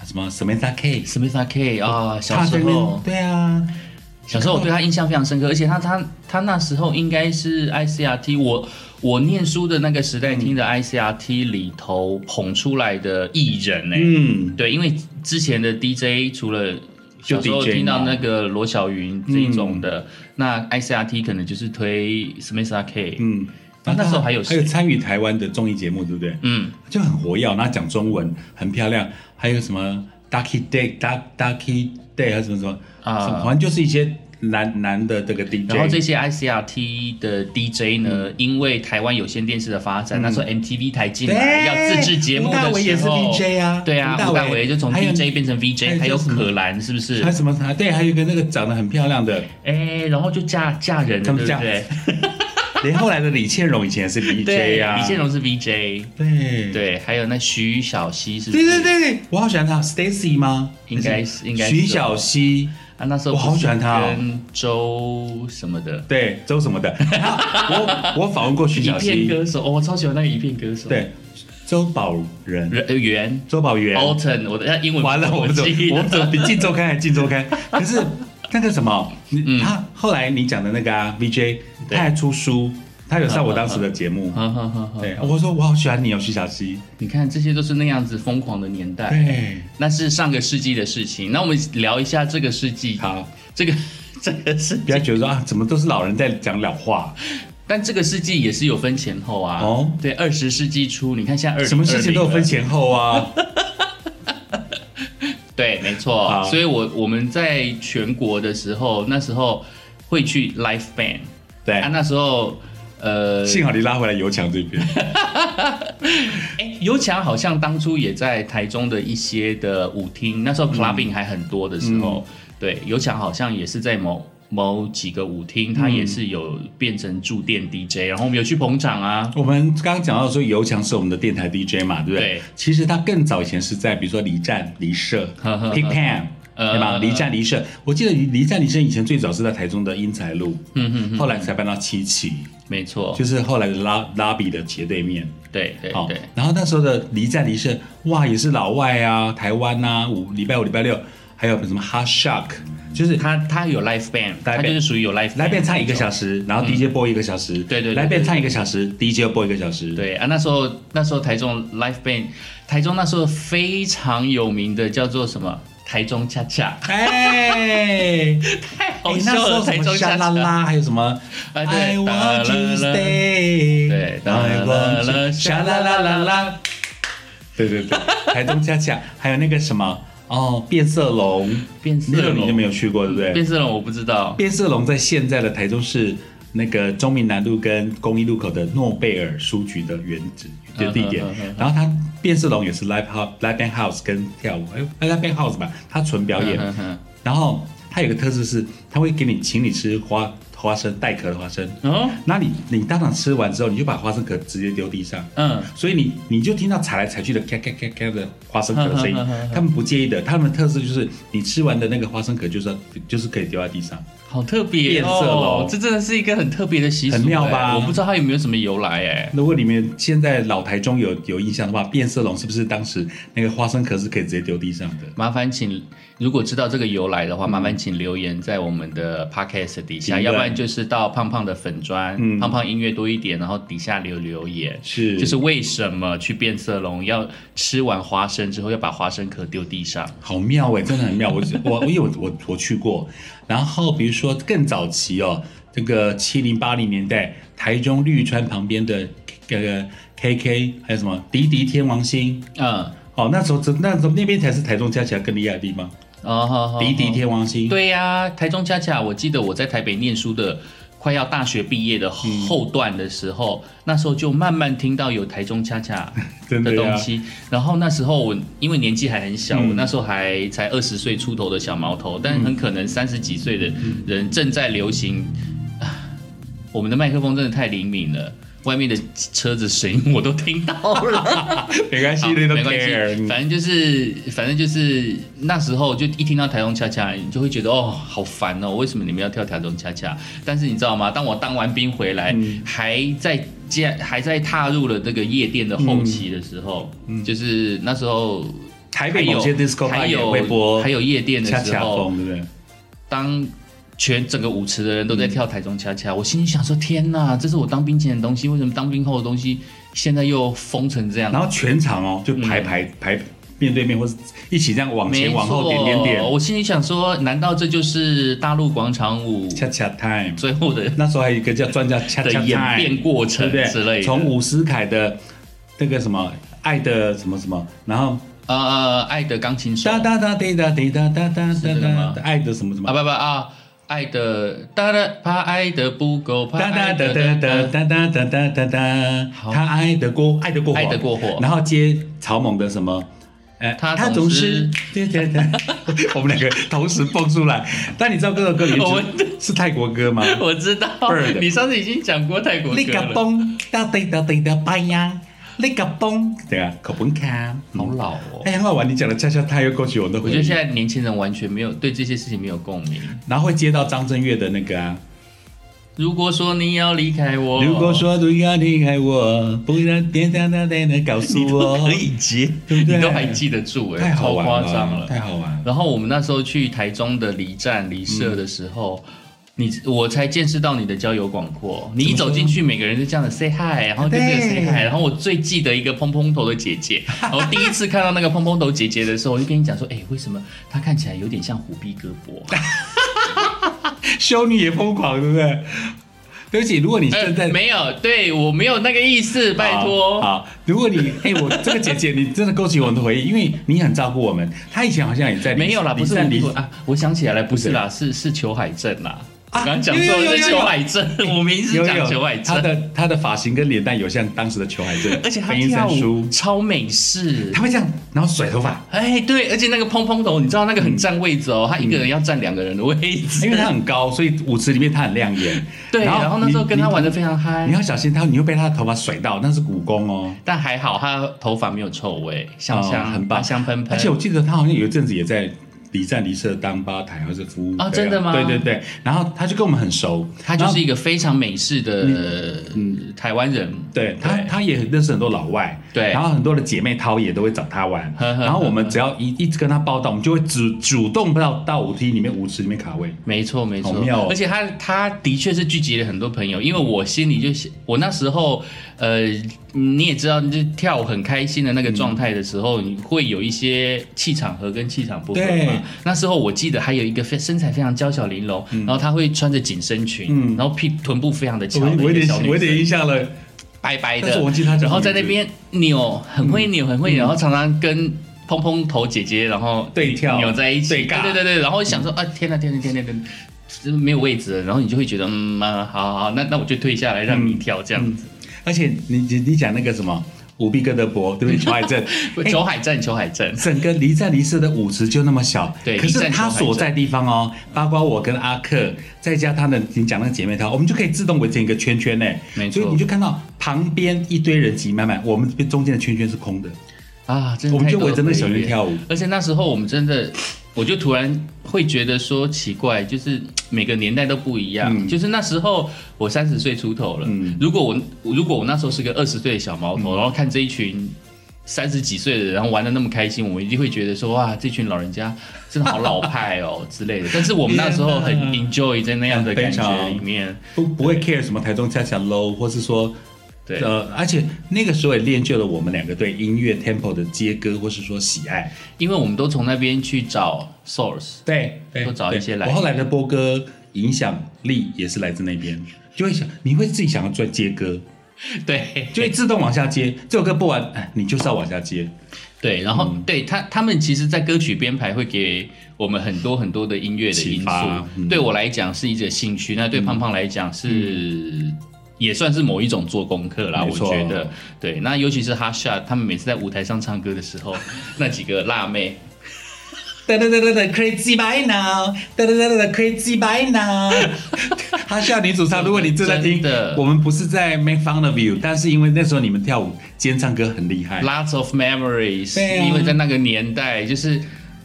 B: 什么 Samantha K，
A: 史密斯 K 啊、小
B: 他在
A: 时
B: 那边
A: 候，
B: 对啊，
A: 小时候我对他印象非常深刻，而且他他他那时候应该是 ICRT，我我念书的那个时代听的 ICRT 里头捧出来的艺人呢、
B: 嗯，
A: 对，因为之前的 DJ 除了
B: 就
A: 小时候
B: DJ
A: 听到
B: 嘛
A: 那个罗小云这一种的，那 ICRT 可能就是推 Smith R K，嗯
B: 嗯，
A: 那那时候还有
B: 还
A: 谁
B: 有参与台湾的综艺节目，对不对？
A: 嗯
B: 就很活跃，然后讲中文很漂亮，还有什么 Ducky Day、Duck Ducky Day 还有什么什么
A: 啊
B: 什么反正就是一些男男的这个 DJ，
A: 然后这些 ICRT 的 DJ 呢，
B: 嗯
A: 因为台湾有线电视的发展，那时候 MTV 台进来
B: 对
A: 要自制节目
B: 吴大
A: 的
B: 维也
A: 时
B: 是
A: 候
B: VJ 啊
A: 对啊，吴
B: 吴大
A: 大
B: 维
A: 维就从
B: 还有
A: DJ 变成 VJ，还
B: 还有
A: 有
B: 叫什么
A: 可兰是不是
B: 还？有什么啊？对，还有一个那个长得很漂 亮的，
A: 哎，然后就嫁嫁人了，对
B: 他们
A: 不
B: 嫁
A: 对？
B: 连后来的李倩蓉以前 也是
A: 对
B: VJ 啊，
A: 李建荣是 VJ，
B: 对
A: 对，还有那徐小溪是不
B: 对
A: 是？
B: 对对对，我好喜欢她，Stacy 吗？
A: 应该是应该是
B: 徐小溪，
A: 啊，那时候
B: 我好喜欢他哦
A: 跟周什么的
B: 对周什么的，然后我我 访问过徐
A: 一
B: 小
A: 片
B: 溪，
A: 歌手，哦我超喜欢那个一片歌手。
B: 对周宝仁，
A: 人，呃袁
B: 周宝元，
A: Alton，我的他英文
B: 完了，我们怎么
A: 哦记
B: 我们
A: 得
B: 怎么比《镜周刊》还《镜周刊》？可是那个什么，你他后来你讲的那个啊，VJ，
A: 嗯对嗯
B: 他还出书，他有上我当时的节目。
A: 好好好好，
B: 对，我说我好喜欢你哦，徐小溪。
A: 你看这些都是那样子疯狂的年代，
B: 对，
A: 那是上个世纪的事情。那我们聊一下这个世纪，
B: 好，
A: 这个 这个世
B: 不要
A: 纪，
B: 觉得说啊，怎么都是老人在讲老话，
A: 但这个世纪也是有分前后啊。
B: 哦
A: 对，二十世纪初，你看现在二
B: 什么事情都有分
A: 前。
B: 前 后啊。
A: 对，没错
B: 好。
A: 所以我我们在全国的时候，那时候会去 l i f e band。
B: 对
A: 啊，，那时候呃，
B: 幸好你拉回来油墙这边。
A: 哎，尤强好像当初也在台中的一些的舞厅，那时候
B: 嗯
A: clubbing 还很多的时候，对，尤强好像也是在某。某几个舞厅，他也是有变成驻店 DJ，、然后我们有去捧场啊，
B: 我们刚刚讲到说油墙是我们的电台 DJ 嘛，对不对？
A: 对
B: 其实他更早以前是在比如说离站、离社、
A: 呵呵呵
B: Pig Pan。
A: 呃
B: 对吧？离站离社，我记得离站离社以前最早是在台中的英才路，嗯嗯，后来才搬到七期，
A: 没错，
B: 就是后来的拉拉比的斜对面。
A: 对哦对
B: 好
A: 对，，
B: 然后那时候的离站离社，哇，也是老外啊，台湾啊，五礼拜五礼拜六，还有什么 Hard Shock，就是
A: 他他有 l i f e band，
B: band
A: 他就是属于有 l i f e
B: 来变唱一个
A: 时。
B: 小时，然后 DJ 播一个小时，
A: 嗯对对对
B: 来变唱一个小时，DJ 播一个小时，
A: 对啊，那时候那时候台中 l i f e band，台中那时候非常有名的叫做什么台中恰恰，
B: 哎，
A: 太好哦
B: 哎，那
A: 笑
B: 时
A: 了，
B: 候
A: 台
B: 什么
A: 中恰恰
B: 沙啦。啦，还有什么
A: 哎
B: I
A: 对哒啦
B: want
A: 啦
B: to stay，
A: 对哒啦啦
B: I want
A: 啦
B: to 沙啦啦啦啦，对对 对，台中恰恰，还有那个什么哦，变色龙，
A: 变色
B: 那个你就
A: 龙
B: 没，有去过，对不对
A: 变？色龙我不知道。
B: 变色龙在现在的台中市。那个中民南路跟公益路口的诺贝尔书局的原址的地点
A: 嗯嗯嗯嗯，
B: 然后它变色龙也是 live house live band house 跟跳舞，哎，live band house 吧，它纯表演，
A: 嗯哼
B: 然后它有个特色是，它会给你请你吃花花生带壳的花生，
A: 哼哦，
B: 那你你当场吃完之后，你就把花生壳直接丢地上，
A: 嗯，
B: 所以你你就听到踩来踩去的咔咔咔咔的花生壳的声音
A: 哼哼哼哼，
B: 他们不介意的，他们的特色就是你吃完的那个花生壳就是就是可以丢在地上，
A: 好特别
B: 变色
A: 哦
B: 龙，
A: 这真的是一个很特别的习俗，
B: 很妙
A: 哎
B: 吧
A: 我不知道它有没有什么由来哎。
B: 如果你们现在老台中有有印象的话，变色龙是不是当时那个花生壳是可以直接丢地上的？
A: 麻烦请，如果知道这个由来的话，麻烦请留言在我们的 podcast 底下，
B: 评论
A: 要不然就是到胖胖的粉砖，
B: 嗯
A: 胖胖音乐多一点，然后底下留留言，
B: 是，
A: 就是为什么去变色龙要吃完花生之后要把花生壳丢地上？
B: 好妙哎、真的很妙。我我我有我我去过，然后比如说更早期哦，这个七零八零年代，台中绿川旁边的那个 KK，还有什么迪迪天王星，
A: 嗯，
B: 哦，那时候真那时候那边才是台中加起来更厉害的地方，
A: 哦，好好好
B: 迪迪天王星。
A: 对呀、台中恰恰，我记得我在台北念书的快要大学毕业的后段的时候，那时候就慢慢听到有台中恰恰
B: 真的
A: 的
B: 呀
A: 东西。然后那时候我因为年纪还很小，
B: 啊嗯
A: 我那时候还才二十岁出头的小毛头，但很可能三十几岁的人正在流行。啊我们的麦克风真的太灵敏了。外面的车子声音我都听到了，
B: 没关系
A: 好
B: ，little
A: 没关系，
B: care，
A: 反正就是，反正就是那时候就一听到台中恰恰，你就会觉得哦，好烦哦，为什么你们要跳台中恰恰？但是你知道吗？当我当完兵回来，
B: 嗯
A: 还在接，还在踏入了这个夜店的后期的时候，
B: 嗯
A: 就是那时候
B: 台
A: 还
B: 北
A: 有
B: 某些 disco
A: 还
B: bar 也
A: 有
B: 会播
A: 还有夜店
B: 恰
A: 的时
B: 恰
A: 候，嗯
B: 风，对不对？
A: 当全整个舞池的人都在
B: 嗯
A: 跳台中恰恰，我心里想说：天哪，这是我当兵前的东西，为什么当兵后的东西现在又疯成这样？
B: 然后全场哦，就排排排面对面，或是一起这样往
A: 没
B: 前哦往后点点
A: 错
B: 点，
A: 我心里想说，难道这就是大陆广场 舞
B: 恰恰 time。
A: 最后的
B: 那时候还有一个叫专家恰
A: 的
B: 恰 time，
A: 演变过
B: 对
A: 程
B: 不对？
A: 之类的？
B: 从伍思凯的那个什么爱的什么什么，然后
A: 呃呃，爱的钢琴手
B: 哒
A: 啊
B: 哒哒滴哒滴哒哒哒
A: 是这个
B: 哒
A: 吗
B: 哒，爱的什么什么
A: 不。不啊，爱的哒哒，怕爱的不够，怕
B: 哒哒
A: 爱
B: 哒
A: 的
B: 哒哒哒哒哒哒哒哒，
A: 好
B: 他爱得过，爱得过火，
A: 爱得过火
B: 然后接草蜢的什么？呃，
A: 他
B: 他
A: 总
B: 总
A: 是
B: 是，对对对， 我们两个同时蹦出来。但你知道这首歌里 面
A: 我
B: 是
A: 们
B: 是泰国歌吗？
A: 我知道
B: Bird，
A: 你上次已经讲过泰国
B: 你
A: 歌
B: 个
A: 了，
B: 蹦哒滴哒滴哒拜呀，你个蹦，对啊，口本卡，
A: 好老哦。
B: 哎，很好玩。你讲的恰恰太有过去，我都
A: 我
B: 回
A: 觉得
B: 忆
A: 现。在年轻人完全没有对这些事情没有共鸣。
B: 然后会接到张震岳的那个啊，
A: 如果说你要离开我，
B: 如果说你要离开我，不要点点点点的告诉
A: 你都
B: 我，
A: 可以接，
B: 对不对
A: 你都还记得住哎、
B: 太好
A: 超
B: 玩
A: 夸张
B: 了，
A: 了。
B: 太好玩了。
A: 然后我们那时候去台中的离站离社的时候，你我才见识到你的交友广阔。你一走进去，每个人就这样的 say hi，然后就这个 say
B: 对
A: hi。然后我最记得一个蓬蓬头的姐姐，然后第一次看到那个蓬蓬头姐姐的时候，我就跟你讲说，哎、为什么她看起来有点像虎逼哥博？
B: 修女也疯狂，对不对？对不起，如果你现在、
A: 呃 没有，对我没有那个意思，拜
B: 好
A: 托。
B: 好，如果你哎、 我这个姐姐，你真的勾起我们的回忆，因为你很照顾我们。她以前好像也在
A: 没有啦，不是
B: 在
A: 我啊，我想起来了，不是啦，是是裘海正啦。我
B: 啊
A: 刚刚讲
B: 有有
A: 错了，
B: 有有
A: 是
B: 有
A: 裘海正，我名字
B: 有
A: 讲裘海
B: 有，她
A: 正。
B: 的她的发型跟脸蛋有像当时的裘海正，
A: 而且他
B: 飞鹰
A: 跳
B: 三
A: 舞
B: 叔，
A: 超美式
B: 她。会这样，然后甩头发，
A: 哎，对，而且那个蓬蓬头，你知道那个很占位置哦，他一个人要占两个人的位置。
B: 因为她很高，所以舞池里面她很亮眼。
A: 对，然后那时候
B: 你
A: 跟他玩的
B: 你
A: 非常
B: 你
A: 嗨，
B: 要小心她，你又被她的头发甩到，那是古宫哦。
A: 但还好他头发没有臭味，香香
B: 哦很棒
A: 香喷喷。
B: 而且我记得他好像有一阵子也在离站离社当吧台或是服务
A: 哦
B: 对啊
A: 真的吗
B: 对对对，然后他就跟我们很熟，
A: 他就
B: 然后嗯
A: 是一个非常美式的呃台湾人，
B: 对他
A: 对
B: 他也认识很多老外，
A: 对
B: 然后很多的姐妹淘也都会找他玩，
A: 呵呵呵
B: 然后我们只要一一直跟他报道，我们就会主主动到到舞厅里面舞池里面卡位，
A: 没错，没错，
B: 好妙哦
A: 而且他他的确是聚集了很多朋友，因为我心里就是我那时候，呃，你也知道，就跳舞很开心的那个状态的时候，你会有一些气场合跟气场不合
B: 对
A: 嘛。那时候我记得还有一个非身材非常娇小玲珑，然后她会穿着紧身裙，
B: 嗯
A: 然后屁臀部非常的翘
B: 我
A: 的
B: 我有
A: 一个
B: 点
A: 小女
B: 我有点
A: 生
B: 印象了，
A: 白白
B: 但
A: 的
B: 是我嗯忘记她叫什
A: 然
B: 么
A: 后在
B: 名
A: 那
B: 字
A: 边扭，很会扭，很会扭，然后常常跟。蓬蓬头姐姐，然后
B: 对跳
A: 扭在一起，
B: 对尬嗯
A: 对对对，然后想说啊，天呐天呐天呐天呐，就是没有位置了，然后你就会觉得嗯啊，好好好，那那我就退
B: 嗯
A: 下来让你跳这样子。
B: 而且你你你讲那个什么舞弊哥德伯对不对？乔海正，哎
A: 求海战，求海战，
B: 整个离站离社的舞池就那么小，
A: 对
B: 可
A: 离
B: 是
A: 站
B: 他所在地方哦，包括我跟阿克，再加他的你讲那个姐妹淘，我们就可以自动围成一个圈圈呢。
A: 没错
B: 所以你就看到旁边一堆人挤满满，我们这边中间的圈圈是空的，
A: 啊，真的
B: 我们就
A: 太多
B: 围着那个小
A: 回忆
B: 人
A: 了
B: 跳舞。
A: 而且那时候我们真的，我就突然会觉得说奇怪，就是每个年代都不一样。
B: 嗯
A: 就是那时候我三十岁出头了，
B: 嗯
A: 如果我如果我那时候是个二十岁的小毛头，然后看这一群。三十几岁的人，然后玩的那么开心，我们一定会觉得说哇，这群老人家真的好老派哦 之类的。但是我们那时候很
B: 天
A: enjoy 在那样的感
B: 非
A: 觉
B: 常
A: 里面，
B: 不不会 care 什么台中恰恰 low，或是说
A: 对，
B: 呃，而且那个时候也练就了我们两个对音乐 tempo 的接歌，或是说喜爱。
A: 因为我们都从那边去找 source，
B: 对，对
A: 多找一些来
B: 我后来的播歌影响力也是来自那边，就会想你会自己想要做接歌，
A: 对
B: 就会自动往下接。这首歌播完，哎，你就是要往下接。
A: 对，然后、
B: 嗯
A: 对他他们其实，在歌曲编排会给我们很多很多的音乐的
B: 启
A: 因素
B: 发。嗯
A: 对我来讲是一个兴趣，那对胖胖来讲是。也算是某一种做功课啦，
B: 嗯没
A: 我
B: 错
A: 觉得对。那尤其是哈夏，他们每次在舞台上唱歌的时 候，那几个辣妹，
B: 哒哒哒哒哒，Crazy by now，哒哒哒哒哒，Crazy by now。哈夏女主唱，如果你正在听
A: 真的
B: 我们不是在 make fun of you，但是因为那时候你们跳舞兼唱歌很厉害，
A: Lots of memories，、
B: 哎对啊
A: 因为在那个年代，就是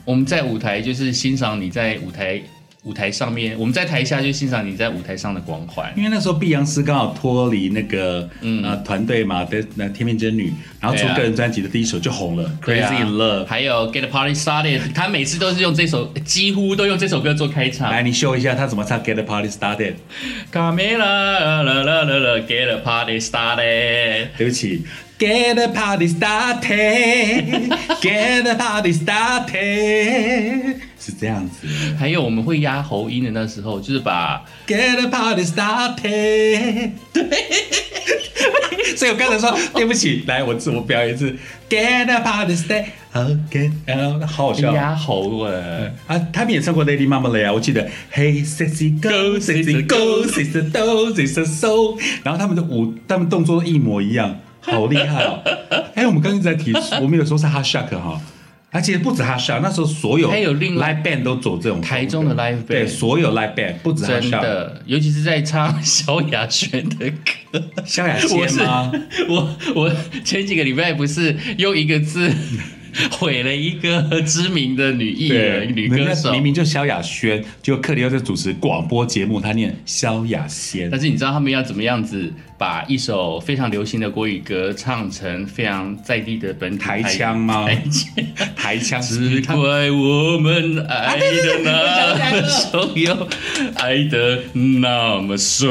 A: 我们在舞台就是欣赏你在舞台舞台上面，我们在台下就欣赏你在舞台上的光环。
B: 因为那时候碧昂斯刚好脱离那个呃团队嘛的那天命真女，然后出
A: 嗯对啊
B: 个人专辑的第一首就红了
A: 对啊
B: ，Crazy in Love。
A: 还有 Get the Party Started，他每次都是用这首，几乎都用这首歌做开场。
B: 来，你秀一下他怎么唱《Get the Party Started》。
A: 卡梅拉啦啦啦啦，Get the Party Started。
B: 对不起，Get the party started，Get the party started，是这样子。
A: 还有我们会压喉音的那时候，就是把
B: Get the party started。对，所以我刚才说对不起，来，我自我表演一次。Get the party started，好，Get，呃好好笑。
A: 压喉了。
B: 啊，他们也唱过 Lady Marmalade 啊，我记得 Hey sexy go sexy go sexy do sexy so，然后他们的舞，他们动作一模一样，好厉害 哦！哎，我们刚刚一直在提，我们有时候是 h a s h a k 哈，而且不止 h a s h a k 那时候所有
A: 还有另
B: live
A: 外
B: band 都走这种风格
A: 台中的 live band
B: 对，所有 live band 不止 h a
A: 真
B: s h a k
A: 的，尤其是在唱萧亚轩的歌，
B: 萧亚轩
A: 我是
B: 吗？
A: 我我前几个礼拜不是用一个字毁了一个知名的女艺
B: 对，
A: 人、女歌
B: 人家
A: 手，
B: 明明就萧亚轩，就克里奥在主持广播节目，他念萧亚轩
A: 但，是你知道他们要怎么样子把一首非常流行的国语歌唱成非常在地的本土
B: 台腔吗
A: 台腔，
B: 台腔
A: 只怪我们爱的那么汹涌，爱的那么深。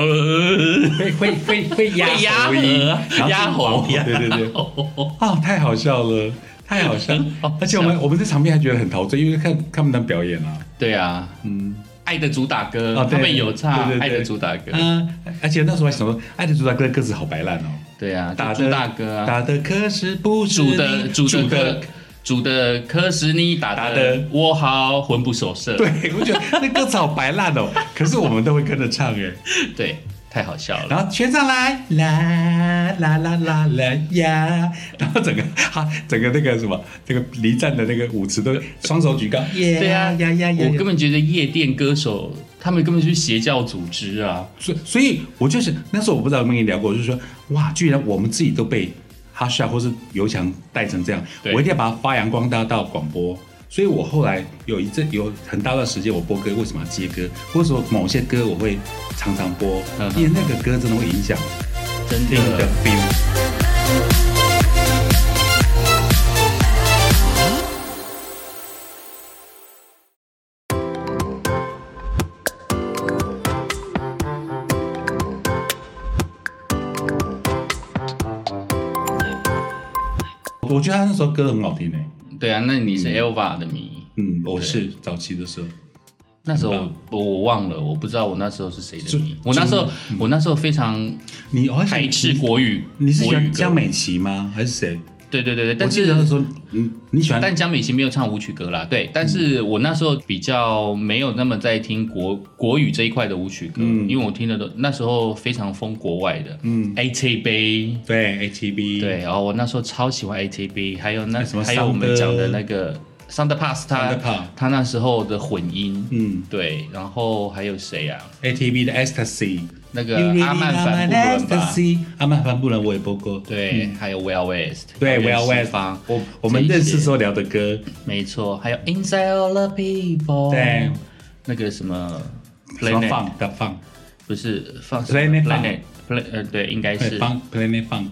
B: 会会会会压
A: 会压
B: 喉音
A: 喉压喉
B: 然后是对对对，啊，太好笑了，太好笑了
A: 好哦笑，
B: 而且我们我们在场边还觉得很陶醉，因为看看不能表演啊，
A: 对啊，
B: 嗯
A: 爱的主打歌，
B: 哦对
A: 他们有唱
B: 对对对
A: 爱的主打歌，
B: 嗯，而且那时候还想说，爱的主打歌歌词好白烂哦，
A: 对啊，
B: 打
A: 主
B: 的
A: 打歌啊，
B: 打的可是不是
A: 煮的
B: 你
A: 煮的
B: 煮
A: 歌。煮的可是你
B: 打
A: 打的
B: 得
A: 我好魂不守舍，
B: 对，我觉得那歌词好白烂哦，可是我们都会跟着唱哎，
A: 对，太好笑了。
B: 然后全上来啦啦啦啦啦呀，然后整个哈整个那个什么，这个离站的那个舞池都双手举高，耶
A: 对啊，
B: 呀呀呀
A: 我，根本觉得夜店歌手他们根本就是邪教组织啊，
B: 所以所以，我就是那时候我不知道有没有跟你聊过，就是说，哇，居然我们自己都被哈夏或是尤强带成这样，
A: 对
B: 我一定要把它发扬光大到广播。所以我后来有一阵有很大段时间我播歌，为什么要接歌？或者说某些歌我会常常播
A: 嗯，哼
B: 因为那个歌真的会影响
A: 真
B: 听的
A: 的。
B: feel。我觉得他那时候歌很好听诶、欸
A: 对啊，那你是 Elva 的迷？
B: 嗯，我是早期的时候，
A: 那时候
B: 很棒
A: 我我忘了，我不知道我那时候是谁的
B: 就
A: 迷。我那时候我那时候非常
B: 你而且
A: 排斥
B: 你
A: 国语，
B: 你是喜
A: 国语
B: 欢
A: 歌
B: 江？美琪吗？还是谁？
A: 对对对对，
B: 我
A: 但
B: 记得那
A: 是
B: 时候，嗯，你喜欢
A: 啊但江美琪没有唱舞曲歌啦，
B: 嗯
A: 对。但是我那时候比较没有那么在听国国语这一块的舞曲歌，
B: 嗯
A: 因为我听的都那时候非常疯国外的，嗯，ATB，
B: 对 ATB
A: 对，然后我那时候超喜欢 ATB，还有那
B: 什么
A: 还有我们
B: Thunder
A: 讲的那个 s o u n d p a s s 他
B: Thunder Pass
A: 他那时候的混音，
B: 嗯
A: 对，然后还有谁啊？
B: ATB 的 Ecstasy，
A: 那个阿曼凡布伦吧，
B: 阿曼凡布伦我也播过，
A: 对，还有 Well West，
B: 嗯对
A: 还有
B: Well
A: 任
B: West
A: 西方，
B: 我我们认识时候聊的歌，
A: 没错，还有 Inside All the People，
B: 对，
A: 那个什么
B: 什么
A: Planet
B: Funk 的 Funk，
A: 不是放
B: Planet
A: Planet Planet，呃，对，应该
B: 对
A: 是。
B: Funk Planet Funk。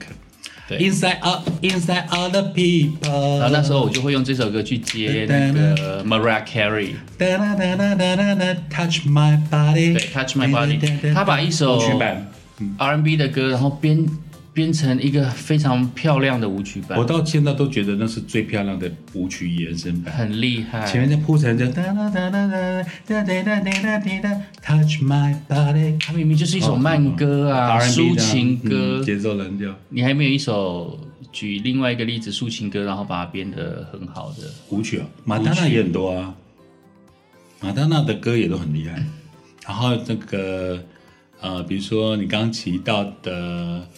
A: 对
B: Inside out, inside all the
A: 然后
B: people。
A: 那时候我就会用这首歌去接那个 Mariah Carey，
B: 哒哒哒哒哒哒哒，Touch my body。
A: 对，Touch My Body，他把一首
B: 舞曲版，嗯
A: R&B 的歌，然后编编成一个非常漂亮的舞曲版
B: 我，到现在都觉得那是最漂亮的舞曲延伸版。
A: 很厉害。
B: 前面在铺陈着哒哒哒哒哒哒哒哒哒哒哒，Touch my body，
A: 它明明就是
B: 哦
A: 一首慢歌啊，
B: R&B
A: 抒
B: 的啊
A: 情
B: 嗯
A: 歌，
B: 节奏蓝调，
A: 你还没有一首举另外一个例子抒情歌，然后把它编得很好的。
B: 舞曲啊，马丹娜也很多啊，马丹娜的歌也都很厉 害。然后那个呃，比如说你刚刚提到的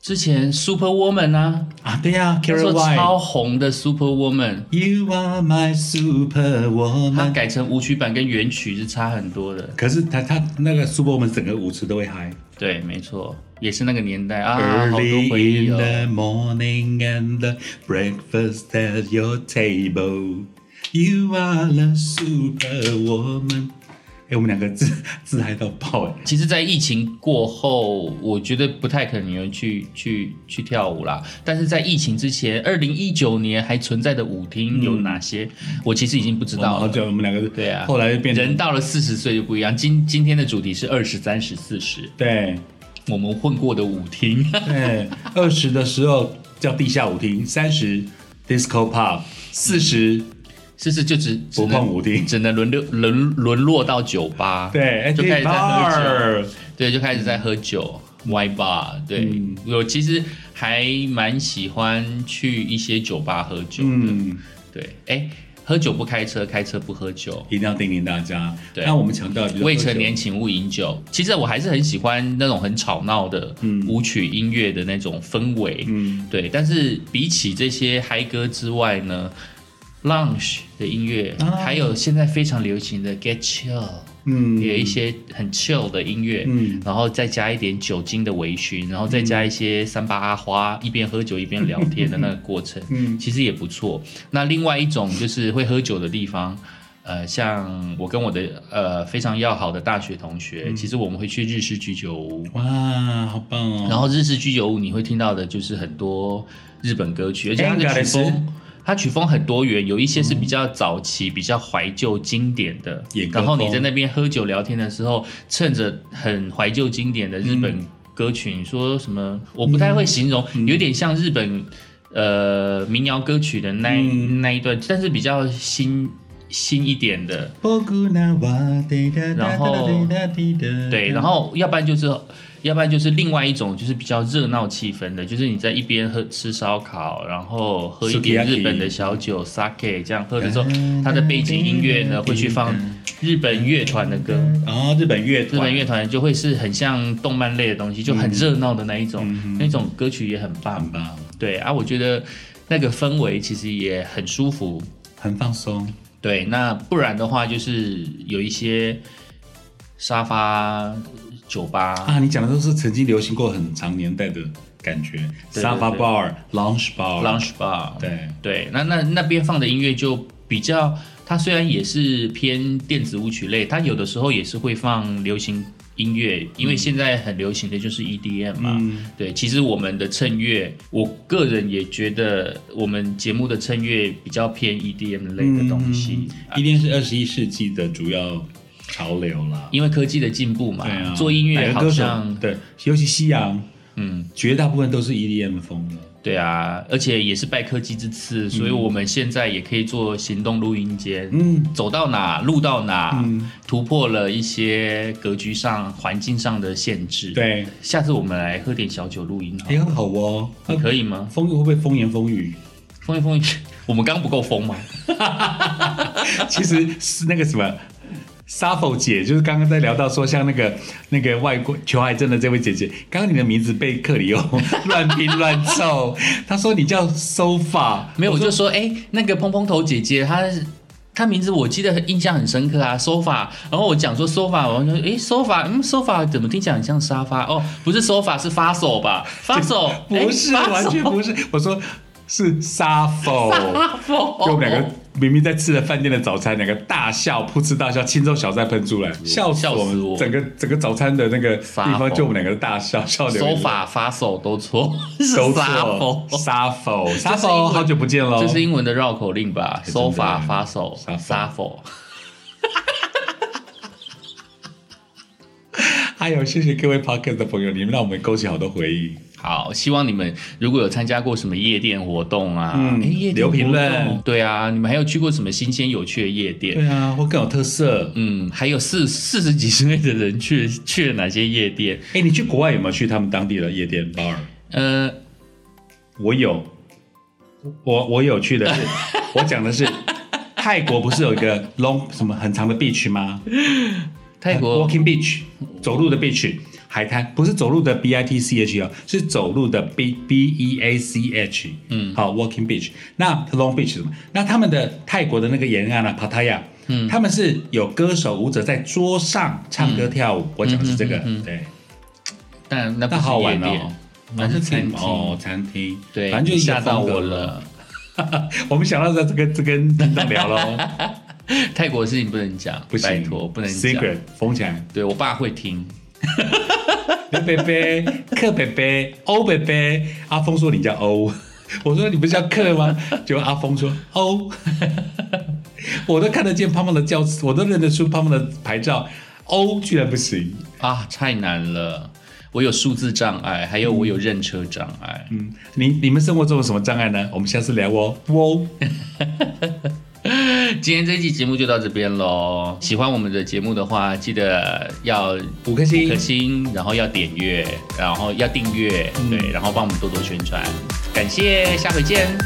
A: 之前 Super Woman 啊，
B: 啊，对呀
A: 那时
B: ，Carrie
A: 候
B: White。
A: 超红的 Super Woman，
B: You are my super
A: 它
B: woman。
A: 改成舞曲版跟原曲是差很多的。
B: 可是他他那个 super woman 整个舞池都会嗨。
A: 对，没错，也是那个年代啊，好多回
B: Early
A: 忆
B: in
A: 哦。
B: the morning and the breakfast at your table, you are the super woman。哎、我们两个自自嗨到爆哎、
A: 其实，在疫情过后，我觉得不太可能有人去去去跳舞啦。但是在疫情之前，二零一九年还存在的舞厅有哪些？我其实已经不知
B: 我们
A: 道
B: 好
A: 了。
B: 久，我们两个
A: 对啊
B: 后来就变成
A: 人到了四十岁就不一样。今今天的主题是二十、三十、四十，
B: 对
A: 我们混过的舞厅。
B: 对，二十的时候叫地下舞厅，三十 disco pub，四十
A: 嗯是是就只只
B: 不碰
A: 能
B: 舞厅，
A: 只能沦落沦沦落到酒吧，
B: 对，哎
A: 就开始在喝酒，
B: 酒。
A: 对，就开始在喝酒，Y bar，对、
B: 嗯
A: 我其实还蛮喜欢去一些酒吧喝酒的，
B: 嗯，
A: 对，哎，喝酒不开车，开车不喝酒。
B: 一定要叮咛大家。
A: 对
B: 那我们强调，比如说
A: 未成年请勿饮酒。其实我还是很喜欢那种很吵闹的舞曲音乐的那种氛围，
B: 嗯
A: 对。但是比起这些嗨歌之外呢，lounge 的音乐，
B: 啊
A: 还有现在非常流行的 get chill，
B: 嗯，
A: 也有一些很 chill 的音乐，
B: 嗯
A: 然后再加一点酒精的微醺，然后再加一些三八阿花，一边喝酒一边聊天的那个过程，
B: 嗯
A: 其实也不错。那另外一种就是会喝酒的地方。呃，像我跟我的呃非常要好的大学同学，其实我们会去日式居酒屋，
B: 哇，好棒哦！
A: 然后日式居酒屋你会听到的就是很多日本歌曲，而且它的曲
B: English
A: 风，它曲风很多元，有一些是比较早期、比较怀旧经典的
B: 演。歌
A: 然后你在
B: 风
A: 那边喝酒聊天的时候，趁着很怀旧经典的日本歌曲，你说什么？我不太会形容，有点像日本呃民谣歌曲的那一、那一段，但是比较新新一点的。
B: 然
A: 然后对，然后要不然就是，要不然就是另外一种，就是比较热闹气氛的，就是你在一边喝吃烧烤，然后喝一点
B: Sukiyaki
A: 日本的小酒 sake，这样喝的时候，它的背景音乐呢会去放日本乐团的歌，
B: 嗯然后日本乐
A: 日
B: 团，
A: 本乐团就会是很像动漫类的东西，就很热闹的那一种，那种歌曲也很棒
B: 很。棒，
A: 对啊，我觉得那个氛围其实也很舒服。
B: 很放松。
A: 对，那不然的话就是有一些沙发酒吧。
B: 啊，你讲的都是曾经流行过很长年代的感觉，
A: 对对
B: 沙发
A: 对
B: bar、lounge bar、
A: lounge bar，
B: 对，
A: 对，那那那边放的音乐就比较，它虽然也是偏电子舞曲类，它有的时候也是会放流行音乐，因为现在很流行的就是 EDM 嘛。
B: 嗯
A: 对，其实我们的衬乐，我个人也觉得我们节目的衬乐比较偏 EDM 类的东西。啊
B: 一定是二十一世纪的主要潮流啦。
A: 因为科技的进步嘛，
B: 对啊，
A: 做音
B: 哪
A: 乐
B: 个
A: 好
B: 歌手
A: 像，
B: 对，尤其西洋，
A: 嗯，
B: 绝大部分都是 EDM 风的。
A: 对啊，而且也是拜科技之赐，所以我们现在也可以做行动录音间，
B: 嗯
A: 走到哪录到哪，
B: 嗯，
A: 突破了一些格局上、环境上的限制。，
B: 对，
A: 下次我们来喝点小酒录音好
B: 哎，很好哦。
A: 了，可以吗？
B: 风会不会风言风语？
A: 风一风一， 我们刚不够疯吗？
B: 其实是那个什么。沙否姐就是刚刚在聊到说，像那个那个外国求癌症的这位姐姐，刚刚你的名字被克里欧 乱拼乱凑，她说你叫 sofa，
A: 没有，我就说，哎、那个蓬蓬头姐姐，她她名字我记得印象很深刻啊，sofa。然后我讲说 sofa，我说，哎、s o f a 嗯，sofa 怎么听起来很像沙发？哦，不是 sofa，是发手吧？发手
B: 不是、完全不是，我说是沙否，
A: 发手。
B: 就我们两个明明在吃了饭店的早餐，两个大笑，噗嗤大笑，轻舟小菜喷出来，笑死
A: 笑
B: 我
A: 死
B: 们，
A: 我
B: 整个整个早餐的那个地
A: 沙否
B: 方就我们两个大笑，笑流
A: 手
B: 眼泪
A: 法发手都错，是
B: 都
A: 沙
B: 错
A: 否，
B: 沙否，沙
A: 这是英
B: 否，
A: 文
B: 好久不见喽，
A: 这是英文的绕口令吧
B: 哦哎真的
A: 手法发手
B: 杀手
A: 杀否，
B: 哎呦，谢谢各位 Podcast 的朋友，你们让我们勾起好多回忆。
A: 好，希望你们如果有参加过什么夜店活动啊，
B: 嗯
A: 诶夜店
B: 留
A: 活
B: 评论
A: 动，对啊，你们还有去过什么新鲜有趣的夜店？
B: 对啊，会更有特色。
A: 嗯，还有四四十几岁的人去去了哪些夜店？
B: 哎，你去国外有没有去他们当地的夜店 bar？
A: 呃，
B: 我有，我我有去的是，我讲的是泰国不是有一个 long 什么很长的 beach 吗？
A: 泰国
B: 呃 walking beach 走路的 beach 海滩，不是走路的 b i t c h 哦，是走路的 b b e a c h。嗯，好，walking beach。那 long beach 是什么？那他们的泰国的那个沿岸啊，Pattaya，嗯，他们是有歌手舞者在桌上唱歌跳
A: 嗯
B: 舞。我讲的是这个，对，
A: 但那不
B: 那好
A: 是夜
B: 玩
A: 店
B: 哦，。
A: 那是餐厅
B: 哦，餐厅，
A: 对，
B: 反正就一个
A: 吓到
B: 风格
A: 我。了。
B: 我们想到这这跟这 跟听众聊喽，
A: 泰国的事情不能讲，
B: 不行，
A: 拜托不能讲。
B: secret 封起来。
A: 对我爸会听，
B: 刘贝贝、克贝贝、欧贝贝，阿峰说你叫欧，我说你不是叫克吗？结果阿峰说欧，我都看得见胖胖的教，我都认得出胖胖的牌照，欧居然不行。
A: 啊，太难了。我有数字障碍，还有我有认车障碍。
B: 嗯，你你们生活中有什么障碍呢？我们下次聊哦。哦，
A: 今天这期节目就到这边喽。喜欢我们的节目的话，记得要
B: 五颗星
A: 五颗，星，然后要点阅，然后要订阅，
B: 嗯
A: 对，然后帮我们多多宣传。感谢，下回见。